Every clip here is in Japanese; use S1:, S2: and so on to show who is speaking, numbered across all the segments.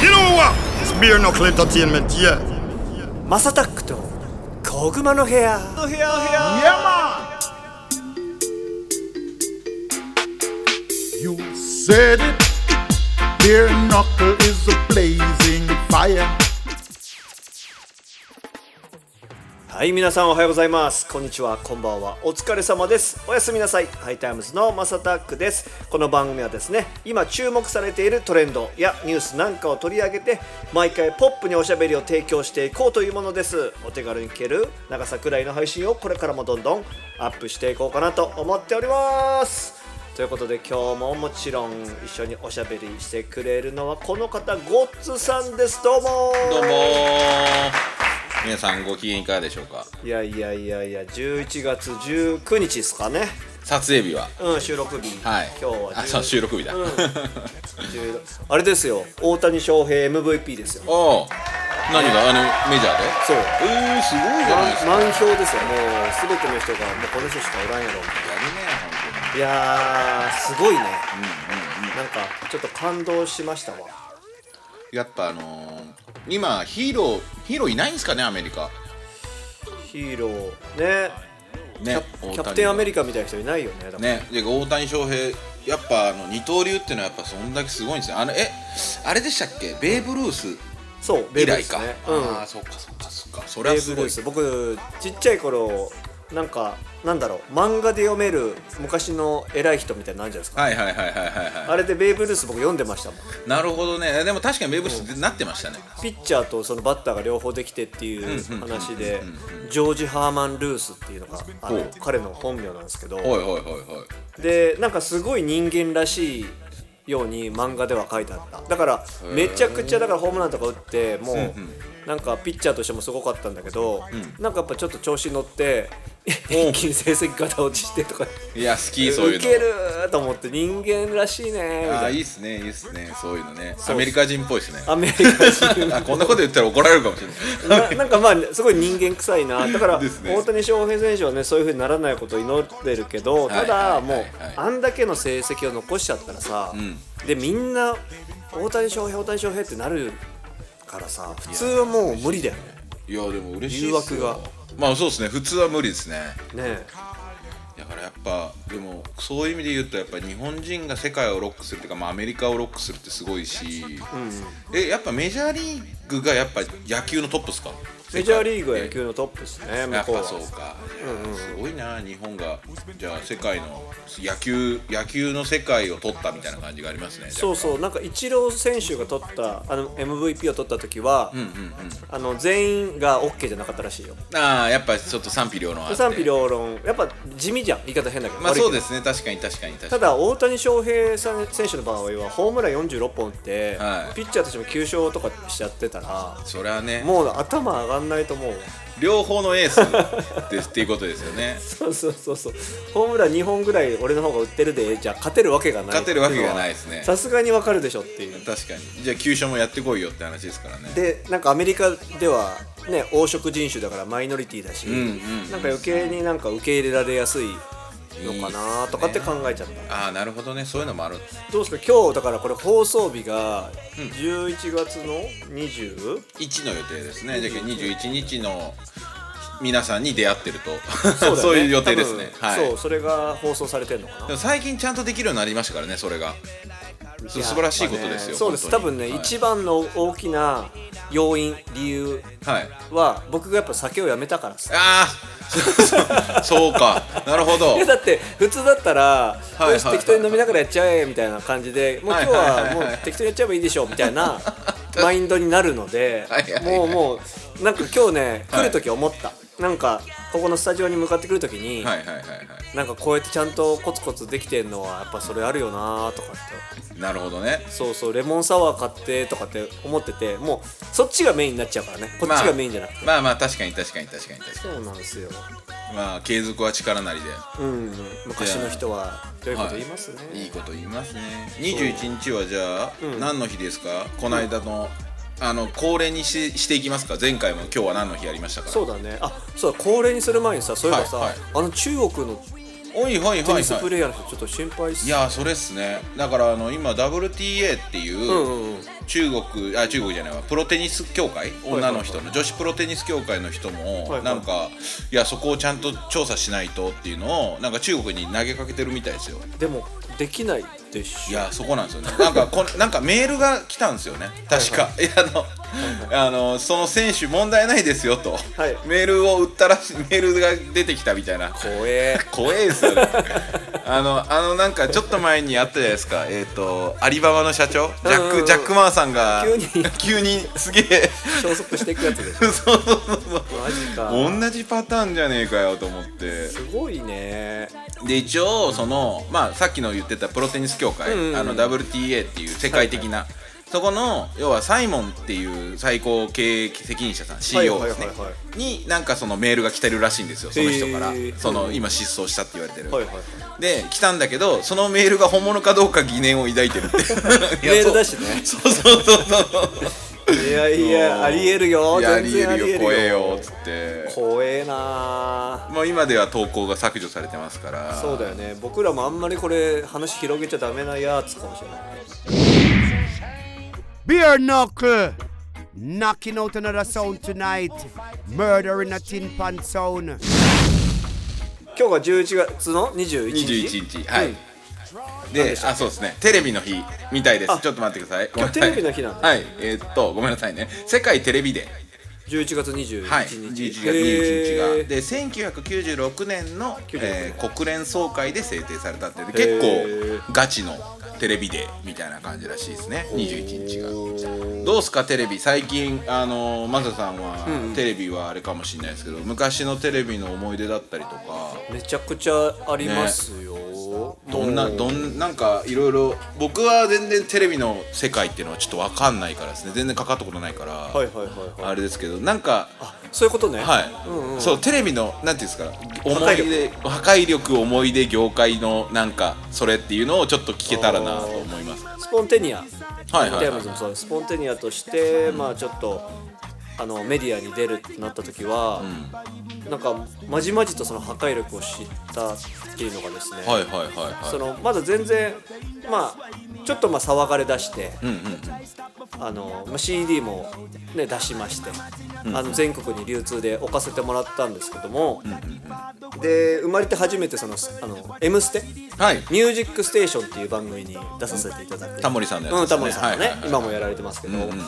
S1: You know what? It's beer knuckle entertainment, yeah.
S2: マサタックと小熊の部屋の部屋の部屋
S3: You said it. Beer knuckle is a blazing fire.
S2: はい皆さんおはようございますこんにちはこんばんはお疲れ様ですおやすみなさいハイタイムズのマサタックですこの番組はですね今注目されているトレンドやニュースなんかを取り上げて毎回ポップにおしゃべりを提供していこうというものですお手軽に聞ける長さくらいの配信をこれからもどんどんアップしていこうかなと思っておりますということで今日ももちろん一緒におしゃべりしてくれるのはこの方ゴッツさんですどうも
S4: どうもー皆さんご機嫌いかがでしょうか
S2: いやいやいやいや11月19日ですかね
S4: 撮影日は
S2: うん収録日、
S4: はい
S2: 今日は
S4: あそう収録日 だ、
S2: うん16あれですよ大谷翔平 MVP ですよ
S4: おお何があのメジャーで
S2: そう
S4: えー、すごいじゃないですか
S2: 満票ですよもう全ての人がもうこの人しかおらんやろ
S4: や
S2: い
S4: る
S2: やーすごいね、なんかちょっと感動しましたわ
S4: ねやっぱあのー、今ヒーローヒーローいないんですかねアメリカ
S2: ヒーローね
S4: ね
S2: キャプテンアメリ
S4: カ
S2: カみたいな人いないよねだから
S4: ねで大谷翔平やっぱあの二刀流っていうのはやっぱそんだけすごいんですねあのえあれでしたっけベーブ・ルース
S2: そうベー
S4: 以
S2: ブルー
S4: 来
S2: ス
S4: か、
S2: ねうん
S4: ああそっかそっかそっかそれ
S2: ベ
S4: は
S2: ー
S4: す
S2: ブ・ル
S4: ご
S2: ース僕
S4: い
S2: ちっちゃい頃なんかなんだろう漫画で読める昔の偉い人みたいなのあるじゃないですか、
S4: はいはいはいはいはいはい
S2: あれでベーブ・ルース僕読んでましたもん
S4: なるほどねでも確かにベーブ・ルースなってましたね
S2: ピッチャーとそのバッターが両方できてっていう話でジョージ・ハーマン・ルースっていうのがあ
S4: ほ
S2: の
S4: う
S2: 彼の本名なんですけど
S4: はいはいはいはい
S2: でなんかすごい人間らしいように漫画では書いてあっただからめちゃくちゃだからホームランとか打ってもうなんかピッチャーとしてもすごかったんだけど、なんかやっぱちょっと調子に乗って一気に成績ガタ落ちしてとか
S4: いや好きそうい
S2: 受
S4: うの
S2: けると思って人間らしいねみ
S4: ああ
S2: たいな
S4: い
S2: い
S4: っすねいいっすねそういうのね
S2: そう
S4: アメリカ人っぽいっすね
S2: アメリカ人
S4: あこんなこと言ったら怒られるかもしれ ない
S2: ななんかまあすごい人間臭いなだから
S4: ですね
S2: 大谷翔平選手はねそういうふうにならないことを祈ってるけど
S4: は
S2: た
S4: い
S2: だ
S4: はい
S2: もう
S4: はい
S2: あんだけの成績を残しちゃったらさ、
S4: ん
S2: でみんな大谷翔平大谷翔平ってなるからさ普通はもう無理だよね
S4: いやでも嬉しい
S2: 誘
S4: っす
S2: 惑
S4: よ
S2: が
S4: まあそうですね普通は無理ですね
S2: ね
S4: だからやっぱでもそういう意味で言うとやっぱ日本人が世界をロックするっていうか、まあ、アメリカをロックするってすごいし、えやっぱメジャーリーグがやっぱ野球のトップですか
S2: メジャーリーグは野球のトップですね
S4: や
S2: 向
S4: っ
S2: こう
S4: ぱ
S2: は
S4: そうか、すごいな日本がじゃあ世界の野球野球の世界を取ったみたいな感じがありますねじゃあ
S2: そうそうなんかイチロー選手が取ったあの MVP を取った時は、あの全員が OK じゃなかったらしいよ
S4: ああやっぱちょっと賛否両論あって
S2: 賛否両論やっぱ地味じゃん言い方変だけど
S4: まあ
S2: 悪いけど
S4: そうですね確かに確かに確か
S2: た
S4: に
S2: だ大谷翔平さん選手の場合はホームラン46本打って、
S4: はい
S2: ピッチャーとしても9勝とかしちゃってたら
S4: それはね
S2: もう頭上がんないと思う
S4: 両方のエースですっていうことです よね
S2: そうそうそうそうホームラン2本ぐらい俺の方が打ってるでじゃあ勝てるわけがない
S4: 勝てるわけがないですね
S2: さすがにわかるでしょっていう
S4: 確かにじゃあ急勝もやってこいよって話ですからね
S2: でなんかアメリカではね黄色人種だからマイノリティだし、
S4: んうん
S2: なんか余計になんか受け入れられやすいのかなとかって考えちゃった
S4: ああなるほどねそういうのもある
S2: どうですか今日だからこれ放送日が11月の 20?
S4: 1の予定ですねじゃあ21日の皆さんに出会ってると
S2: そ
S4: そうう,、
S2: だよね
S4: いう予定ですね
S2: 多分
S4: はい
S2: そうそれが放送されてるのか
S4: で
S2: な
S4: も最近ちゃんとできるようになりましたからねそれがそう素晴らしいことですよ、
S2: そうです多
S4: 本当
S2: 分
S4: に
S2: ね、
S4: はい
S2: 一番の大きな要因理由
S4: はい
S2: は僕がやっぱ酒をやめたからです
S4: ああそうそうそうかなるほど
S2: い やだって普通だったら、
S4: はい
S2: よし適当に飲みながらやっちゃえみたいな感じでもう今日
S4: はいは
S2: はいも
S4: は
S2: う
S4: いはい
S2: 適当にやっちゃえばいいでしょうみたい なマインドになるので
S4: はいはいはい
S2: もうもうなんか今日ね来る時思った、なんかここのスタジオに向かってくる時に、
S4: はいはいはいは
S2: なんかこうやってちゃんとコツコツできてんのはやっぱそれあるよなとかって
S4: いなるほどね
S2: そうそうレモンサワー買ってとかって思っててもうそっちがメインになっちゃうからねこっちがメインじゃなくて、
S4: まあまあ確かに確かに確かに確か
S2: そうなんですよ
S4: にまあ継続は力なりで
S2: うん昔の人はどういうこと言いますね、
S4: いいこと言いますね21日はじゃあ、何の日ですかこの間の、あの恒例にししていきますか前回も今日は何の日やりましたから
S2: そうだねあそうだ恒例にする前にさそういえばさ、
S4: はいはい
S2: あの中国の
S4: おいはいはい
S2: テ
S4: は
S2: ニ
S4: い
S2: スプレーヤーの人ちょっと心配っす
S4: いやーそれっすねだからあの今 WTA っていう
S2: うんうんうん
S4: 中国あ中国じゃないわプロテニス協
S2: は
S4: 会
S2: いはい
S4: 女の人の女子プロテニス協会の人
S2: はいは
S4: も
S2: い
S4: なんかいやそこをちゃんと調査しないとっていうのをなんか中国に投げかけてるみたいですよ
S2: でもできないでしょ
S4: いやそこなん ですよねなんかこなんかメールが来たんですよね確か、いやあのあのその選手問題ないですよと、
S2: はい
S4: メールを打ったらしいメールが出てきたみたいな
S2: 怖え
S4: 怖いですよねあのあのなんかちょっと前にあったじゃないですかえっ、とアリババの社長ジャッ
S2: うんうんうん
S4: ク・ジャック・マーさんが
S2: 急に
S4: 急にすげえ
S2: 消息していくやつでし
S4: そうそうそうそう
S2: ょマジか
S4: 同じパターンじゃねえかよと思って
S2: すごいね
S4: で一応その、まあ、さっきの言ってたプロテニス協会、
S2: うんうん
S4: あの WTA っていう世界的な、そこの要はサイモンっていう最高経営責任者さん CEO ですね、
S2: はいはいはいは
S4: になんかそのメールが来てるらしいんですよその人から、
S2: へー
S4: そ
S2: うんう
S4: の
S2: ん
S4: 今失踪したって言われてる、
S2: はいはいはい
S4: で来たんだけどそのメールが本物かどうか疑念を 抱いてるってい
S2: メ
S4: や
S2: ールだしね
S4: そうそうそうそう
S2: いやいやありえるよ
S4: いやあ
S2: 全
S4: りえ
S2: 然ありえ
S4: る
S2: るよ
S4: よ怖えよっつって
S2: 怖えな
S4: もう今では投稿が削除されてますから
S2: そうだよね僕らもあんまりこれ話広げちゃダメなやつかもしれない
S5: Beer knuckle. Knocking out another sound tonight. Murder in a tin pan sound.
S2: 今日が11月の21日
S4: 21日はい、
S2: うん
S4: であそうですねテレビの日みたいですちょっと待ってください
S2: 今日
S4: ごめん
S2: テレ
S4: なさい
S2: ビの日なんだ
S4: はいえーっとごめんなさいね世界テレビデー
S2: 11月21日、
S4: はい11月
S2: へ
S4: 21日
S2: ー
S4: がで1996年の、えー国連総会で制定されたって
S2: へ
S4: 結
S2: ー
S4: 構ガチのテレビデーみたいな感じらしいですね21日がどうすかテレビ最近あのーマサさんは、テレビはあれかもしれないですけど昔のテレビの思い出だったりとか
S2: めちゃくちゃありますよ、
S4: どんな
S2: もう
S4: どんなんかいろいろ僕は全然テレビの世界っていうのはちょっとわかんないからですね全然かかったことないから、
S2: はいはいはいはい
S4: あれですけどなんか
S2: そういうことね
S4: はい、
S2: うんうん
S4: そうテレビのなんていうんですか思
S2: 破壊
S4: い
S2: 力
S4: 出破壊力思い出業界のなんかそれっていうのをちょっと聞けたらなと思います
S2: スポンテニア、はい
S4: はいはい
S2: テーマズもそうスポンテニアとして、まあちょっとあのメディアに出るってなった時は、なんかまじまじとその破壊力を知ったっていうのがですね、
S4: はいはいはい
S2: そ
S4: は
S2: のまだ全然まあちょっとまあ騒がれ出して、
S4: いうんうんうん
S2: あのまあ CD も、ね、出しまして、あの全国に流通で置かせてもらったんですけども、で生まれて初めてその「あの M ステ」
S4: はい
S2: ミュージックステーション」っていう番組に出させていただく
S4: タモリさんのやつ
S2: う
S4: で
S2: ん、
S4: すね
S2: タモリさんのね、
S4: はいはいはい
S2: 今もやられてますけど、
S4: うんうん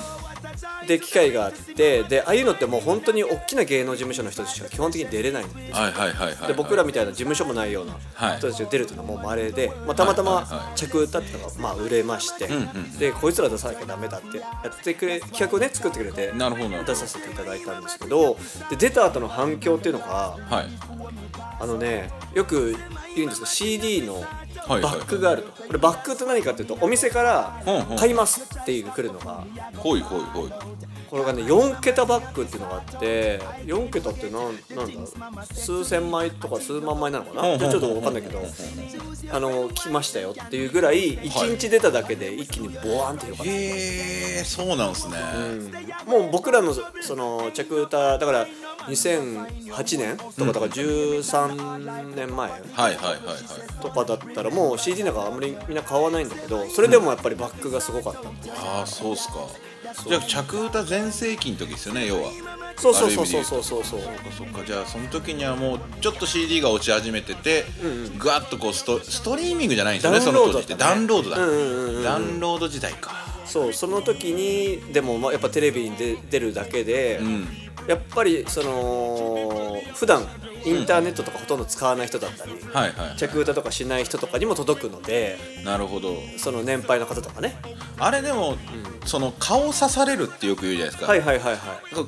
S2: で機会があってでああいうのってもう本当に大きな芸能事務所の人たちしか基本的に出れないんで
S4: はいはいはいはい
S2: で僕らみたいな事務所もないよう
S4: は
S2: ない人たちが出るというのはもう稀で、まあ、たまた
S4: はいはい
S2: ま
S4: は
S2: 着歌っていうのがまあ売れまして、
S4: んうん
S2: でこいつら出さなきゃダメだってやってくれ企画をね作ってくれて
S4: なるほどなるほど
S2: 出させていただいたんですけどで出た後の反響っていうのが
S4: はい
S2: あのねよく言うんですけど CD の
S4: はい
S2: バックがあると、これバックって何かっていうとお店から
S4: うんうん
S2: 買いますっていうのが来るのが
S4: ほいほいほい
S2: これがね4桁バッグっていうのがあって4桁ってなんなんだ数千枚とか数万枚なのか
S4: うんうんう
S2: なんちょっと分かんないけどあの来ましたよっていうぐらい1日出ただけで一気にボワンって広がっ
S4: へえそうなんすね、
S2: た、もう僕らのそその着歌だから2008年とかだから13年前
S4: はいはいはいはい
S2: とかだったらもう CD なんかあんまりみんな買わないんだけどそれでもやっぱりバックがすごかった
S4: ああそうっすかじゃあ着歌全盛期の時ですよね要は
S2: そうそうそうそうそうそうそう
S4: そっかじゃあその時にはもうちょっと CD が落ち始めててぐわっとこうストストリーミングじゃないんですよね
S2: ダウ
S4: そ
S2: ンロー
S4: の
S2: ド
S4: 当
S2: だ
S4: 時
S2: っ
S4: ったて
S2: ね
S4: ダウンロードだ
S2: うんうんうんうん
S4: ダウンロード時代か
S2: そうその時にでもまあやっぱテレビに出出るだけで、
S4: ん
S2: やっぱりその普段インターネットとかほとんど使わない人だったり、
S4: はいはい
S2: 着歌とかしない人とかにも届くので
S4: なるほど
S2: その年配の方とかね
S4: あれでも、その顔刺されるってよく言うじゃないですか、
S2: はいはいはいはい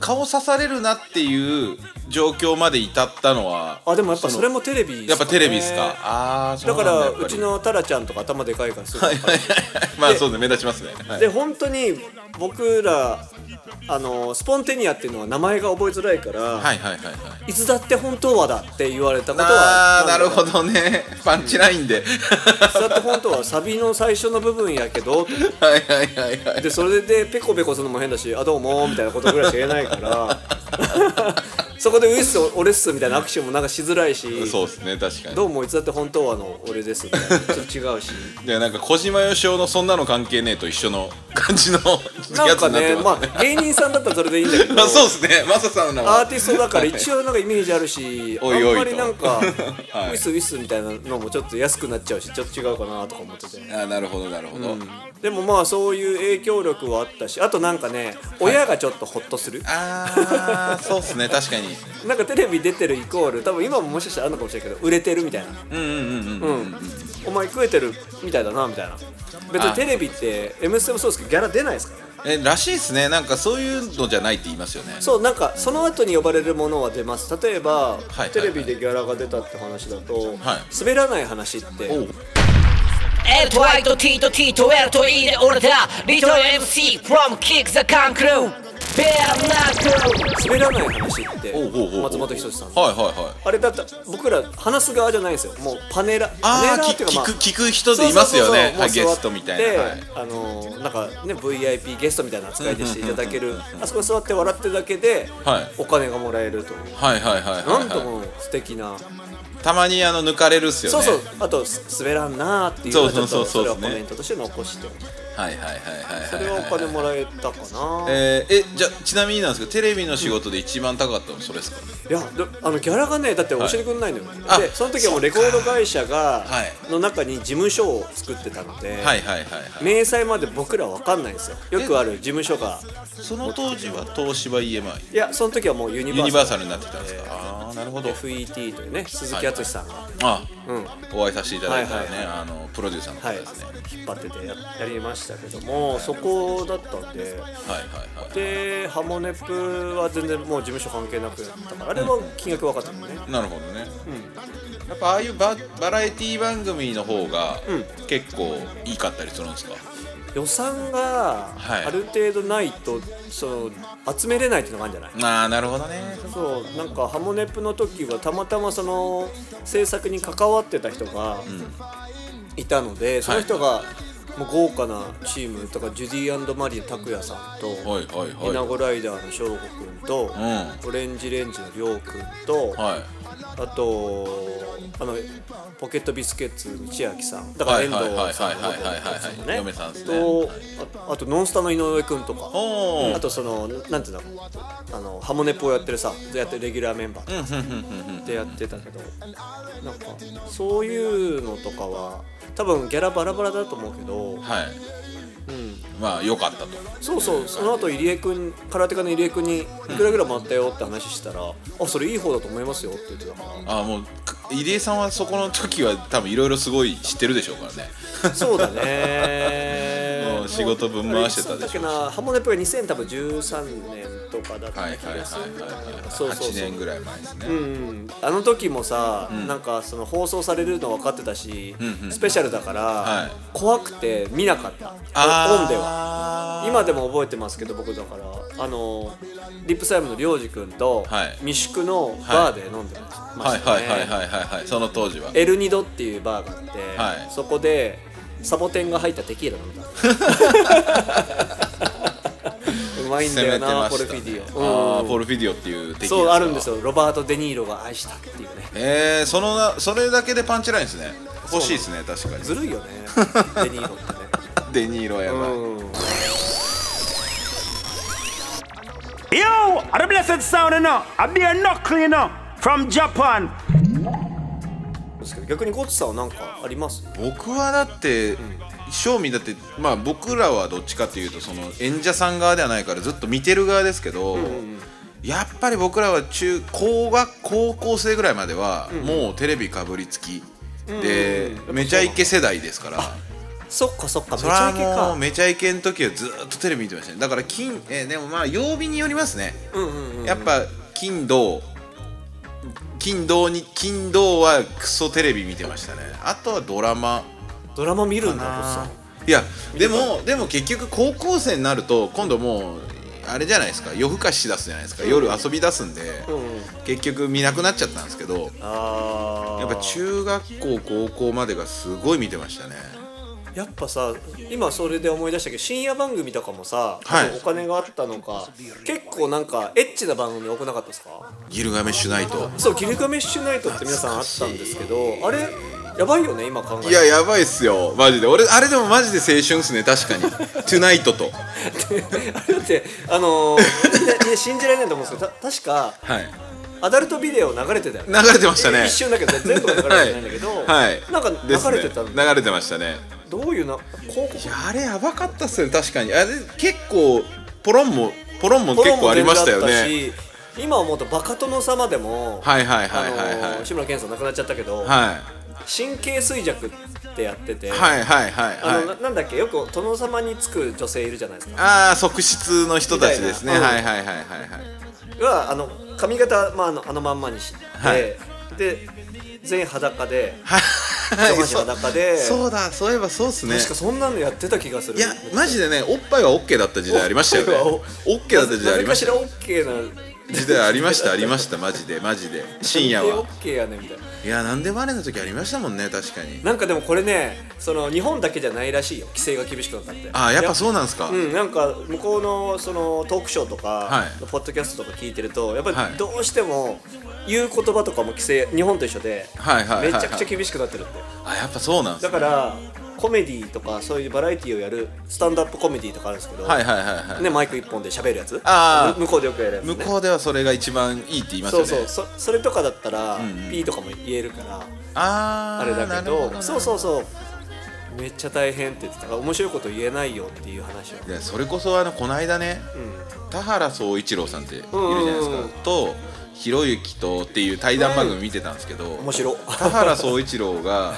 S4: 顔刺されるなっていう状況まで至ったのは
S2: あでもやっぱ
S4: の
S2: それもテレビっすかね
S4: やっぱテレビですかああそう
S2: だか
S4: なんだ
S2: ら
S4: やっぱり
S2: うちのタラちゃんとか頭でかいからすごい
S4: はいはい はいまあそうですね目立ちますね、はい
S2: で本当に僕らあのスポンテニアっていうのは名前が覚えづらいから、
S4: はい
S2: い、
S4: はいはいはい
S2: つだって本当はだって言われたことは
S4: ああなる
S2: ど
S4: ほどねパンチライン で、
S2: だって本当はサビの最初の部分やけど
S4: はいはいはいはい
S2: でそれでペコペコするのも変だし「あどうも」みたいなことぐらいしか言えないから そこでウイッス俺っすみたいな握手もなんかしづらいし
S4: そうですね確かに
S2: どうもいつだって本当はあの俺ですみたい なちょっと違うし
S4: でなんか小島よしおのそんなの関係ねえと一緒の感じの
S2: な
S4: や
S2: ん
S4: つ
S2: か
S4: になって
S2: ね
S4: ます
S2: まあ芸人さんだったらそれでいいんだけど
S4: まあそうですねマサさんの
S2: アーティストだから
S4: 応
S2: 一応なんかイメージあるし
S4: おいおいと
S2: あんまりなんか、
S4: はい
S2: ウィスウィスみたいなのもちょっと安くなっちゃうしちょっと違うかなとか思ってて
S4: あなるほどなるほど、
S2: でもまあそういう影響力はあったしあとなんかね親がちょっとホッとする、
S4: ああそうっすね確かに
S2: なんかテレビ出てるイコール多分今ももしかしたらあるのかもしれないけど売れてるみたいな
S4: うんうんう
S2: う
S4: んうん
S2: ん、お前食えてるみたいだなみたいな別に
S4: あ
S2: テレビって「M ステ」もそうですけどギャラ出ないですからね
S4: えらしいっすねなんかそういうのじゃないって言いますよね
S2: そうなんかその後に呼ばれるものは出ます例えば、
S4: はい
S2: テレビでギャラが出たって話だと、
S4: はい
S2: 滑らない話って
S4: おう
S6: L to I to T to T to L to E で俺だ Little MC from Kick the Can Crew Bare Knuckle
S2: 滑らない話って
S4: おうおうおうおう
S2: 松本人志さん
S4: はいはいはい
S2: あれだった僕ら話す側じゃないんですよもうパネラパネ
S4: あ
S2: ラ
S4: あ
S2: ー
S4: 聞
S2: っていうかまあ
S4: く聞く人でいますよね
S2: そうそうそうもう
S4: はいゲストみたいな、はい
S2: 座ってあのーなんかね VIP ゲストみたいな扱いでしていただけるあそこ座って笑ってるだけで
S4: はい
S2: お金がもらえるという
S4: はいはいはいは
S2: ないんと
S4: は
S2: も素敵な
S4: いたまにあの抜かれるっすよ
S2: そう
S4: ね
S2: そうあとす滑らんなーっていうのはちょっ
S4: そ
S2: と
S4: うそ
S2: そう
S4: そう
S2: れ
S4: そ
S2: は
S4: う
S2: コメントとして残して
S4: はいはいはいはいはい
S2: それはお金もらえたかな
S4: えー、えじゃあちなみになんですけどテレビの仕事で一番高かったのそれですか、
S2: いやであのギャラがねだって教えてくれないのよ
S4: あ
S2: でその時はもうレコード会社が
S4: はい
S2: の中に事務所を作ってたので
S4: はいはいはいはい
S2: 明細まで僕ら分かんないんですよよくある事務所が
S4: その当時は東芝 EMI
S2: いやその時はもうユニバ
S4: ユ
S2: ー
S4: ニ
S2: サ
S4: バー
S2: ル
S4: サルになってきたんですか、ああなるほど
S2: FET というね鈴木敦さんが、
S4: あ、
S2: うん
S4: お会いさせていただいたらね、
S2: はいはい
S4: あのプロデューサーの方
S2: はい
S4: ですね、はい、
S2: 引っ張っててややりましたけどもそこだったんで
S4: はいはい
S2: でハモネプは全然もう事務所関係なくなったからあれは金額分かったもんね
S4: なるほどね、やっぱああいうババラエティ番組の方が
S2: う
S4: 結構いいかったりするんですか、
S2: 予算が
S4: はい
S2: ある程度ないとその集めれないっていうのがあるんじゃない
S4: ああなるほどね
S2: そうなんかハモネプの時はたまたまその制作に関わってた人がいたので、その人がもう豪華なチームとかジュディマリー拓也さんと、
S4: はいはいはい
S2: イナゴライダーの翔吾くんと、オレンジレンジのりょうくんと、
S4: はい
S2: あとあのポケットビスケッツの千秋さんだから遠藤さんの
S4: はいはいはいはいはいはいはい
S2: ね
S4: 嫁さんですね
S2: とああとノンスタの井上くんとか
S4: おー
S2: あとそのなんていうのあのハモネプをやってるさやってるレギュラーメンバーでやってたけどなんかそういうのとかは多分ギャラバラバラだと思うけど、
S4: はい
S2: うん、
S4: まあ良かったと
S2: そうそうその後入江君空手家の入江君にいくらぐらいもらったよって話したら、あそれいい方だと思いますよって言ってたか
S4: ああもうく入江さんはそこの時は多分いろいろすごい知ってるでしょうからね
S2: らそうだね
S4: もう仕事分回してたでしょうし
S2: だっけなハモネプが2013年とかだっ
S4: は
S2: た
S4: い
S2: 気
S4: はいはい
S2: がするんだよ
S4: はい
S2: なそうそう
S4: 8
S2: そう
S4: 年ぐらい前ですね、
S2: うん、あの時もさ、なんかその放送されるの分かってたし、スペシャルだから、
S4: はい
S2: 怖くて見なかったオン
S4: あー
S2: では今でも覚えてますけど僕だからあのリップスライムのりょうじくんと、
S4: はい
S2: 未宿のバーで飲んでました
S4: はい
S2: ね、
S4: はいはいはいはいはいその当時は
S2: エルニドっていうバーがあって、
S4: はい
S2: そこでサボテンが入ったテキーラ飲んだうまいんだよな、ポルフィディオ、
S4: ああ
S2: うん
S4: ポルフィディオっていう敵ですか
S2: そうあるんですよロバート・デ・ニーロが愛したっていうね
S4: えー、そのなそれだけでパンチラインですね欲しいですね確かに
S2: ずるいよねデ・ニーロってね
S4: デニーロやばい、
S7: Yo, are the blessed sound you know. I be a knuckle you know, from Japan.
S2: ですけど逆にゴッツさんは何かあります
S4: 僕はだって正味だってまあ僕らはどっちかっていうとその演者さん側ではないからずっと見てる側ですけど、やっぱり僕らは中高学高校生ぐらいまではもうテレビかぶりつき、で、めちゃイケ世代ですから。
S2: そっかそっかめち
S4: それは
S2: ゃイケ
S4: もう
S2: か
S4: めちゃイケの時はずーっとテレビ見てましたねだから金、えーでもまあ曜日によりますね、やっぱ金土金土に金土はクソテレビ見てましたねあとはドラマ
S2: ドラマ見るんだゴッツさん
S4: いやでもでも結局高校生になると今度もうあれじゃないですか夜更かししだすじゃないですか、夜遊び出すんで、結局見なくなっちゃったんですけど
S2: あ
S4: やっぱ中学校高校までがすごい見てましたね
S2: ーやっぱさ今それで思い出したけど深夜番組とかもさ、
S4: はい
S2: お金があったのか結構なんかエッチな番組多くなかったですか
S4: ギルガメッシュナイト
S2: そうギルガメッシュナイトって皆さんあったんですけどあれやばいよね今考えて
S4: いややばいっすよマジで俺あれでもマジで青春っすね確かにトゥナイトと
S2: あれだってあのー、みんなね信じられないと思うんですけどた確か
S4: はい
S2: アダルトビデオ流れてたよね
S4: 流れてましたね
S2: 一瞬だけどね全部は流れてないんだけど、
S4: はい
S2: なんか
S4: です
S2: 流
S4: ね
S2: れてたの、
S4: 流れてましたね
S2: どういうな広告
S4: いやあれやばかったっすよね確かにあれ結構ポロンもポロンも結構ありましたよ
S2: ポロンも
S4: ね
S2: 全部あったし今思うとバカ殿様でも、
S4: はいはいはいはい
S2: あ
S4: はい
S2: のー志村けんさん亡くなっちゃったけど、
S4: はい
S2: 神経衰弱ってやってて、
S4: はいはいはい
S2: あの
S4: は
S2: ないなんだっけよく殿様につく女性いるじゃないですか
S4: ああ側室の人たちですね
S2: みたいな
S4: はいはいはいはいはい
S2: があの髪型、まあ、あのあのまんまにして、
S4: はい
S2: で全員裸で
S4: は
S2: 上半身裸で
S4: そうそうだそういえばそうっすね
S2: 確かそんなのやってた気がする
S4: いやマジでねおっぱいはオッケーだった時代ありましたよね オッケーだった時代ありました
S2: なぜかしら OK な
S4: 時代ありましたありましたマジでマジで深夜は
S2: OK やねみたいない
S4: やなんでバレーの時ありましたもんね確かに
S2: なんかでもこれねその日本だけじゃないらしいよ規制が厳しくなったって
S4: ああやっぱそうなんすか、
S2: うん、なんか向こうのそのトークショーとか
S4: は、い
S2: ポッドキャストとか聞いてるとやっぱ
S4: は
S2: り
S4: い
S2: どうしても言う言葉とかも規制日本と一緒で、
S4: はいはいはいはい
S2: めちゃくちゃ厳しくなってるって
S4: あやっぱそうなんす
S2: だ
S4: ね
S2: からコメディとかそういうバラエティをやるスタンドアップコメディとかあるんですけど、
S4: はいはいはいはい、
S2: ね、マイク一本で喋るやつ
S4: あー
S2: む向こうでよくやるやつ、ね、
S4: 向こうではそれが一番いいって言います
S2: そ
S4: よ
S2: う
S4: ね
S2: そうそそれとかだったら、
S4: んうん
S2: ピーとかも言えるから
S4: あー
S2: あれだ
S4: な
S2: け
S4: るほ
S2: ど
S4: な
S2: そうそうそうめっちゃ大変って言ってたから面白いこと言えないよっていう話を、
S4: いやそれこそあのこの間ね
S2: う
S4: 田原総一郎さんっているじゃないです
S2: うんうん
S4: か
S2: うん
S4: とひろゆきとっていう対談番組見てたんですけど、
S2: ん、面白
S4: 田原総一郎が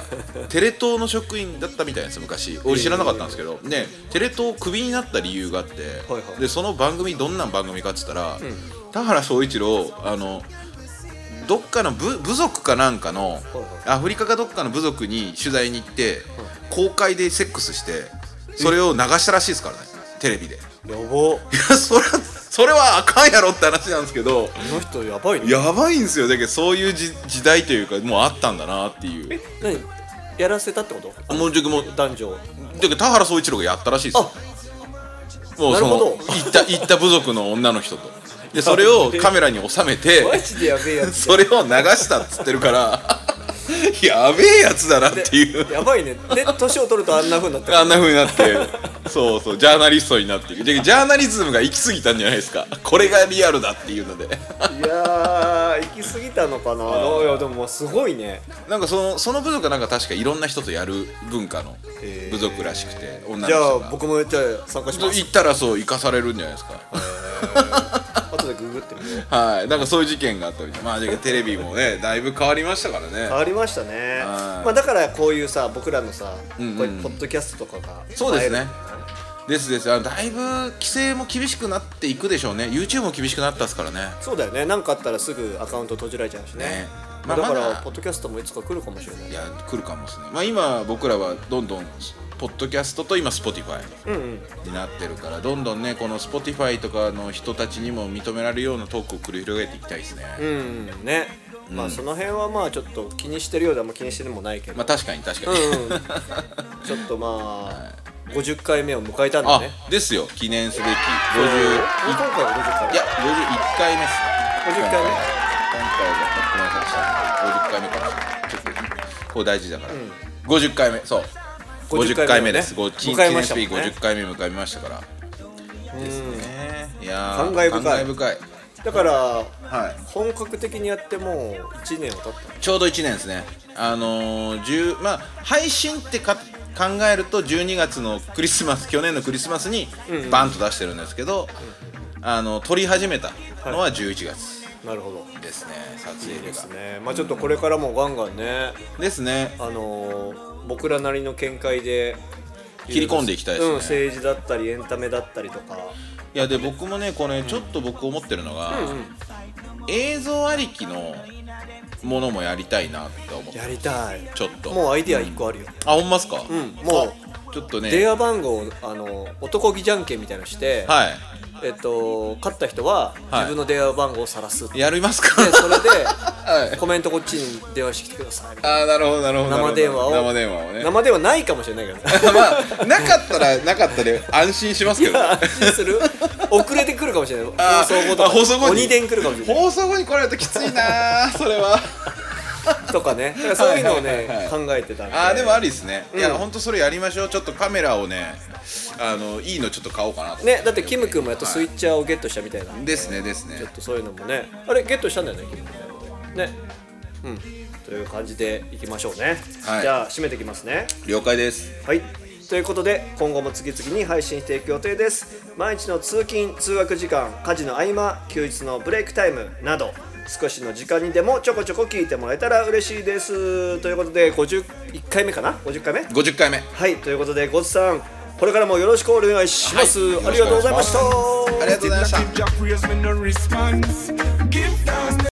S4: テレ東の職員だったみたいなんです昔俺知らなかったんですけど、でテレ東をクビになった理由があって、
S2: はいはい
S4: でその番組どんな番組かっつったら、田原総一郎あのどっかの部部族かなんかの、アフリカかどっかの部族に取材に行って、公開でセックスしてそれを流したらしいですからねテレビで。
S2: やば
S4: い やそれはそれはあかんやろって話なんですけど
S2: この人やばいね
S4: やばいんですよだけどそういうじ時代というかもうあったんだなっていう
S2: え何やらせたってこと
S4: もうちょっともうだ
S2: 男女
S4: けど田原総一郎がやったらしいですよもう
S2: なる
S4: そ
S2: ほ
S4: の
S2: ど
S4: 行った行った部族の女の人とでそれをカメラに収めて
S2: マジでやべえやつ
S4: それを流したっつってるから やべえやつだなっていう
S2: やばいねで年を取るとあんなふうになってくる
S4: あんな風になってそうそうジャーナリストになっていくでジャーナリズムが行き過ぎたんじゃないですかこれがリアルだっていうので
S2: いやー行き過ぎたのかなあいやでももうすごいね
S4: なんかそのその部族はなんか確かいろんな人とやる文化の部族らしくて、女の
S2: じゃ
S4: 人
S2: あ
S4: が
S2: 僕もじゃあ参加します
S4: 行ったらそう生かされるんじゃないですか
S2: 後でググってみよう
S4: はいなんかそういう事件があったみたいまあだけどテレビもねだいぶ変わりましたからね
S2: 変わりましたね、
S4: は
S2: ま
S4: い
S2: あ、だからこういうさ僕らのさ、
S4: んうん
S2: こういうポッドキャストとかが
S4: そうですね
S2: 映
S4: ですですあのだいぶ規制も厳しくなっていくでしょうね YouTube も厳しくなったですからね
S2: えるそうだよね何かあったらすぐアカウント閉じられちゃうしね
S4: ね
S2: まあ
S4: ま
S2: だ
S4: あ
S2: か
S4: ま
S2: ら
S4: だ
S2: ポッドキャストもいつか来るかもしれない
S4: いや来るかもですねまあ今僕らはどんどんポッドキャストと今 Spotify になってるから、どんどんねこの Spotify とかの人たちにも認められるようなトークを繰り広げていきたいですね、
S2: うんね、まあその辺はまあちょっと気にしてるようであんま気にしてもないけど、
S4: まあ確かに確か
S2: う
S4: に、
S2: んうん、ちょっとまあ、50回目を迎えたんだ
S4: あ
S2: ね
S4: ですよ記念すべき50
S2: 今回
S4: い
S2: は50回
S4: いや51回目っす
S2: 50回目
S4: 今回がごめんなさい50回目かもしれないちょっとこう大事だから、50回目そう
S2: 50
S4: 50回目です、
S2: 回目をね
S4: ご
S2: 迎
S4: 記
S2: えま
S4: 念
S2: した
S4: す
S2: もん
S4: べ
S2: ね
S4: き50回目迎えましたから、ですねいやー
S2: 感慨深い
S4: 感慨深い
S2: だから、
S4: はい
S2: 本格的にやってもう1年は経っ
S4: ちょうど1年ですね。あのー、10まあ配信ってか考えると12月のクリスマス去年のクリスマスにバンと出してるんですけど、あの撮り始めたのは11月
S2: たなるほど
S4: ですね、撮
S2: いい
S4: 影
S2: で
S4: 日
S2: す
S4: が
S2: ねまあちょっとこれからもガンガンね
S4: ですね
S2: あのー僕らなりの見解で
S4: 切り込んでいきたいです
S2: う
S4: ね
S2: ん、政治だったりエンタメだったりとか
S4: いやで僕もねこれちょっと僕思ってるのが、映像ありきのものもやりたいなって思って
S2: やりたい
S4: ちょっと
S2: もうアイディア1個あるよ、
S4: あほんますか、
S2: うんもう
S4: ちょっとね
S2: 電話番号をあの男気じゃんけんみたいなのして、
S4: はい
S2: えっと、勝った人は
S4: はい
S2: 自分の電話番号を晒すって、
S4: やりますか
S2: でそれで、
S4: はい
S2: コメントこっちに電話してきてください
S4: ああなるほどなるほどなるほ
S2: 生
S4: ど
S2: 電話を
S4: 生電話をね
S2: 生電話ないかもしれないけどね
S4: まあなかったらなかったで安心しますけどね
S2: 安心 する遅れてくるかもしれない
S4: あ
S2: 放送後と
S4: あ
S2: か
S4: 放送後に
S2: 鬼電来るかもしれない
S4: 放送後に来られるときついなーそれは
S2: とかねだからそういうのを
S4: はいはい
S2: ね考えてたんで
S4: あ
S2: あ
S4: あでもありですね、いや本当それやりましょうちょっとカメラをねあのいいのちょっと買おうかなと
S2: ねだってキム君もやっとスイッチャーをゲットしたみたいなんで
S4: ですねですね
S2: ちょっとそういうのもねあれゲットしたんだよねキム君ねねうんという感じでいきましょうね、
S4: はい
S2: じゃあ締めていきますね
S4: 了解です
S2: はい。ということで今後も次々に配信していく予定です毎日の通勤通学時間家事の合間休日のブレイクタイムなど少しの時間にでもちょこちょこ聞いてもらえたら嬉しいですということで51回目かな50回目
S4: 50回目あ
S2: はいということでゴズさんこれからもよろしくお願いします、
S4: はい
S2: ありがとうございました
S4: りがとうございました
S8: Give Jah praise, me no response. Give thanks.